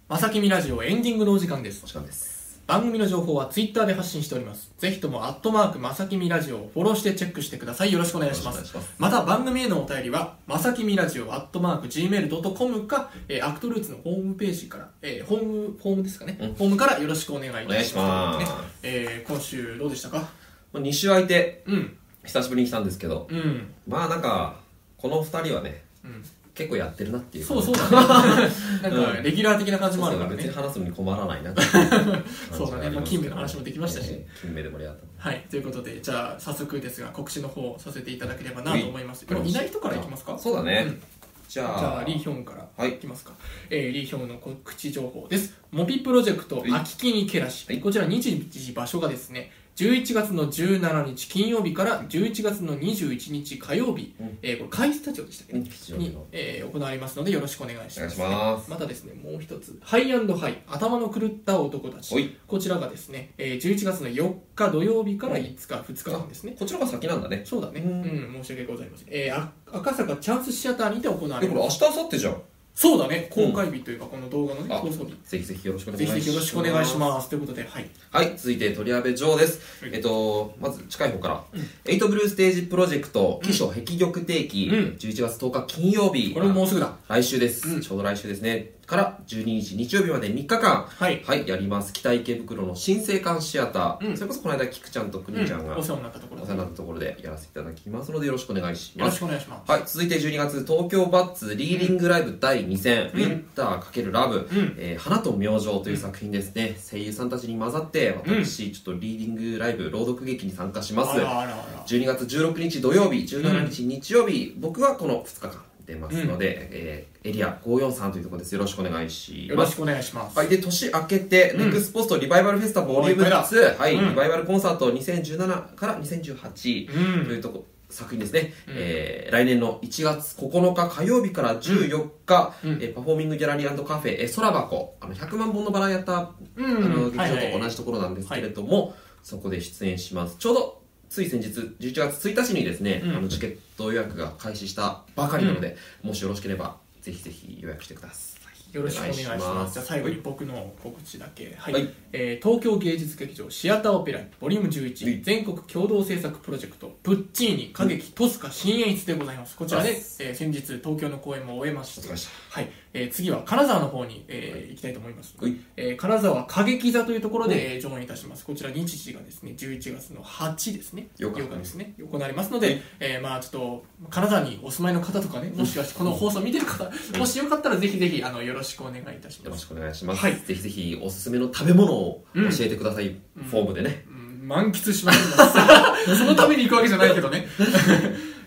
S1: まさきみラジオエンディングのお時間です
S2: お時間です
S1: 番組の情報はツイッターで発信しておりますぜひともアットマークまさきみラジオをフォローしてチェックしてくださいよろしくお願いします
S2: します
S1: また番組へのお便りはまさきみラジオアットマーク Gmail.com か、えーアクトルーツのホームページから、えーホームフォームですかね、
S2: うん
S1: ホームからよろしくお願いいたし
S2: お
S1: ます
S2: 願い
S1: ね
S2: します
S1: えー今週どうでしたか
S2: 2週空いて
S1: うん
S2: 久しぶりに来たんですけど
S1: うん
S2: まあなんかこの2人はね
S1: うん
S2: 結構やってるなっていう
S1: そうそうだ ねなん
S2: う
S1: か
S2: ん
S1: レギュラー的な感じもあるから
S2: 別に
S1: ね
S2: 話すのに困らないな
S1: そうだねまあ金目の話もできましたしね
S2: 金目で盛り上がった
S1: はいということでじゃあ早速ですが告知の方をさせていただければなと思いますこれいない人からいきますか
S2: そうだ
S1: う
S2: ね
S1: ん
S2: じゃあ
S1: じゃあリーヒョンから
S2: はい
S1: いきますか、えーリーヒョンの告知情報ですモピプロジェクト
S2: は
S1: 「
S2: い
S1: 秋木にけらし」こちら日時場所がですね11月の17日金曜日から11月の21日火曜日、
S2: うん
S1: えーこれ会議スタジオでしたっけ、
S2: う
S1: ね
S2: ん吉祥寺
S1: に
S2: の、
S1: えー行われますのでよろしくお願いします,、
S2: お願いします
S1: またですねもう一つ「ハイアンドハイ頭の狂った男た
S2: お
S1: ち
S2: い」
S1: こちらがですね、えー11月の4日土曜日から5日2日間ですね
S2: こっちの方が先なんだね
S1: そうだね、
S2: うん
S1: うん、申し訳ございません、えーあ赤坂チャンスシアターにて行わ
S2: え
S1: れ
S2: こ
S1: ま
S2: れ
S1: す
S2: 明日明後日じゃん
S1: そうだね、公開日というか、この動画のね、
S2: あ
S1: 放送日。
S2: ぜひぜひよろしくお願
S1: ぜ
S2: いし
S1: ひ
S2: ま
S1: ぜ
S2: す
S1: ひよろしくお願いします。ということで、はい。
S2: はい、続いて鳥矢部城です。
S1: はい
S2: えっと、まず近い方から、エイトブルーステージプロジェクト、起承壁玉定期、
S1: うん
S2: 11月10日金曜日、
S1: これももうすぐだ。
S2: 来週です、
S1: うん
S2: ちょうど来週ですね。から12日日曜日まで3日間、
S1: はい
S2: はい、やります。北池袋の新生館シアター。
S1: うん
S2: それこそこの間、菊ちゃんとくにちゃんが、
S1: うんお
S2: お世
S1: 世話になったところ
S2: 話になったところでやらせていただきますので、よろしくお願いし
S1: よろ
S2: ま
S1: し
S2: す。
S1: くお願いします
S2: はい、続いて12月、東京バッツリーディングライブ第2戦、
S1: うん
S2: ウィンター×ラブ、
S1: うん
S2: えー花と明星という作品ですね。声優さんたちに混ざって、私、ちょっとリーディングライブ、朗読劇に参加します。
S1: あらあらあら
S2: 12月16日土曜日17日日曜日、僕はこの2日間出ますので、えーエリア543というところですよろしくお願いし
S1: よ
S2: ま
S1: ろし
S2: す
S1: くお願いします
S2: はい、で年明けて、
S1: うん
S2: ネクスポストリバイバルフェスタボリューム
S1: おいっぱいだ
S2: 2、はい
S1: うん
S2: リバイバルコンサート2017から2018
S1: う
S2: とい
S1: ん
S2: うとこ、作品ですね、
S1: うん
S2: えー来年の1月9日火曜日から14日、
S1: うん
S2: えーパフォーミングギャラリーカフェ、えー、空箱あの100万本のバラやった
S1: うん
S2: あの劇
S1: はい
S2: 場と
S1: は
S2: 同
S1: い
S2: じところなんですけれども、そこで出演しますちょうどつい先日11月1日にですね、
S1: うん
S2: あのチケット予約が開始したばかりなので、もしよろしければぜひぜひ予約してください
S1: よろしくお願いしますじゃあ最後に
S2: はい
S1: 僕の告知だけはい、
S2: はい
S1: えー東京芸術劇場シアターオペラボリューム11、
S2: はい
S1: 全国共同制作プロジェクトプッチーニ歌劇トスカ新演出でございますこちらで、え
S2: あ
S1: ー先日東京の公演も終えまし
S2: お疲
S1: て
S2: れ様でし
S1: はい、えー次は金沢の方に、えー行きたいと思います、
S2: はい
S1: えー金沢歌劇座というところで、えー上演いたしますこちら日時がですね11月の8ですね
S2: よかった
S1: 8日ですね行われますので、えーまあちょっと金沢にお住まいの方とかねもしかしてこの放送見てる方もしよかったらぜひぜひあのよろしくお願いいたしたま
S2: よろ
S1: す
S2: しくお願いします、
S1: はい
S2: ぜひぜひおすすめの食べ物を教えてください、フォームでね
S1: うん満喫しまくります そのために行くわけじゃないけど ね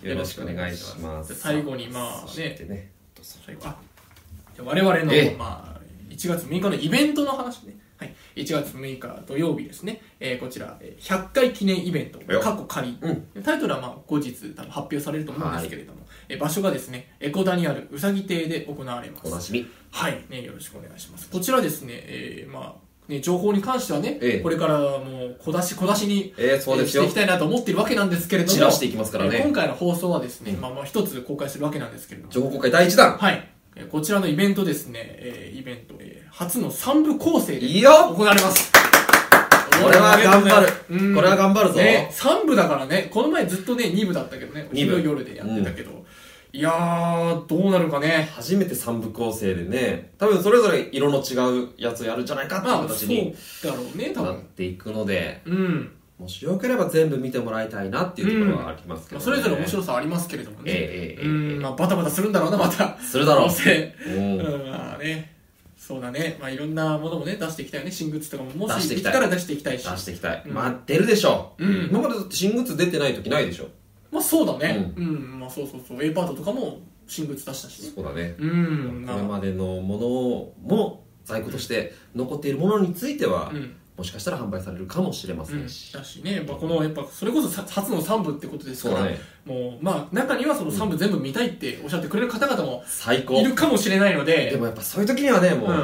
S2: よろしくお願いします
S1: 最後にま
S2: そ
S1: あ
S2: して
S1: ね
S2: ね
S1: 最後あじゃあ我々の、
S2: ええ
S1: まあ、1月6日のイベントの話ね、はい、1月6日土曜日ですね、えーこちらえー100回記念イベント
S2: よ
S1: 過去仮、
S2: う
S1: タイトルはまあ後日多分発表されると思うんですけれども、えー場所がですね江古田にあるうさぎ亭で行われま
S2: おな
S1: す
S2: じみ
S1: はい、ね、よろしくお願いしますこちらですね、えーまあね情報に関してはね、
S2: ええ
S1: これからもう小出し小出しに
S2: えー、そうですよ
S1: していきたいなと思ってるわけなんですけれども
S2: 散らしていきますから
S1: えー今
S2: ね
S1: 回の放送はですね、
S2: うん
S1: まあまあ一つ公開するわけなんですけれども
S2: 情報公開第1弾
S1: はい、えーこちらのイベントですね、えーイベント、えー初の3部構成で
S2: いいよ
S1: 行われます
S2: これは頑張る
S1: うん
S2: これは頑張るぞ
S1: ね、3部だからねこの前ずっとね2部だったけどね
S2: 二部
S1: 昼夜でやってたけど、いやーどうなるかね
S2: 初めて3部構成でね多分それぞれ色の違うやつをやるんじゃないかってい
S1: ま
S2: う
S1: あ
S2: 形
S1: そう
S2: に
S1: だろうね多
S2: なっ
S1: 分
S2: ていくので
S1: うん、
S2: もしよければ全部見てもらいたいなっていうところはありますけ
S1: ま
S2: ど、
S1: あ、
S2: ね
S1: それぞれ面白
S2: い
S1: さはありますけれどもね、
S2: えええええ
S1: う
S2: え
S1: んまあ、バタバタするんだろうなまた
S2: するだろう
S1: 構成
S2: うん
S1: うん、まあね、そうだね、まあ、いろんなものもね、出していきたいよね、新グッズとかも、も
S2: 出
S1: し
S2: して
S1: でき
S2: いきた
S1: た
S2: い
S1: ら出していきたい
S2: 出
S1: し、
S2: していきたい、
S1: うん
S2: まあ出るでしょう、
S1: うん
S2: 今までだって新グッズ出てない時ないでしょ
S1: まあそうだね、うん、まあそうそうそう、A パートとかも新グッズ出したしね、
S2: そうだね、
S1: うん、
S2: こ
S1: ま
S2: れ
S1: あ、
S2: までのものも在庫として残っているものについては、
S1: うん、
S2: もしかしたら販売されるかもしれませ
S1: うんん、
S2: し、
S1: だしね、まあ、この、やっぱ、それこそさ初の3部ってことです
S2: そう
S1: か
S2: だ
S1: ら、
S2: ね
S1: もう、まあ、中にはその3部全部見たいっておっしゃってくれる方々も
S2: 最高
S1: いるかもしれないので、
S2: でもやっぱそういう時にはね
S1: う
S2: もう、
S1: ん、やっ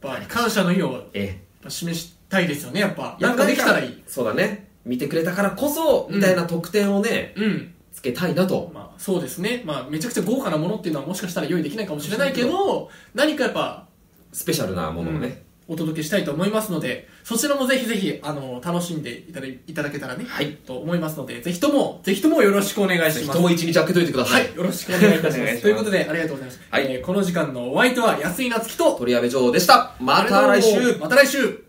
S1: ぱ感謝の意をやっ
S2: ええ
S1: ぱ示したいですよね、やっぱ、なんかできたらいい。
S2: そうだね見てくれたからこそ
S1: うん
S2: みたいな特典をね、
S1: うん
S2: つけたいなと
S1: まあ、そうですね、まあ、めちゃくちゃ豪華なものっていうのはもしかしたら用意できないかもしれないけど何かやっぱ
S2: スペシャルなものをね、
S1: お届けしたいと思いますのでそちらもぜひぜひあの楽しんでいただいただけたらね、
S2: はい
S1: と思いますのでぜひともぜひともよろしくお願い
S2: ぜ
S1: し
S2: ひ
S1: ます
S2: とも一日開けといてくださ、
S1: はいいよろしくお願いいたし
S2: お
S1: ま
S2: 願
S1: す
S2: いします
S1: ということでありがとうございました、
S2: はい
S1: えーこの時間のお相手は安井なつきと
S2: 鳥矢部城でしたまた来週
S1: また来週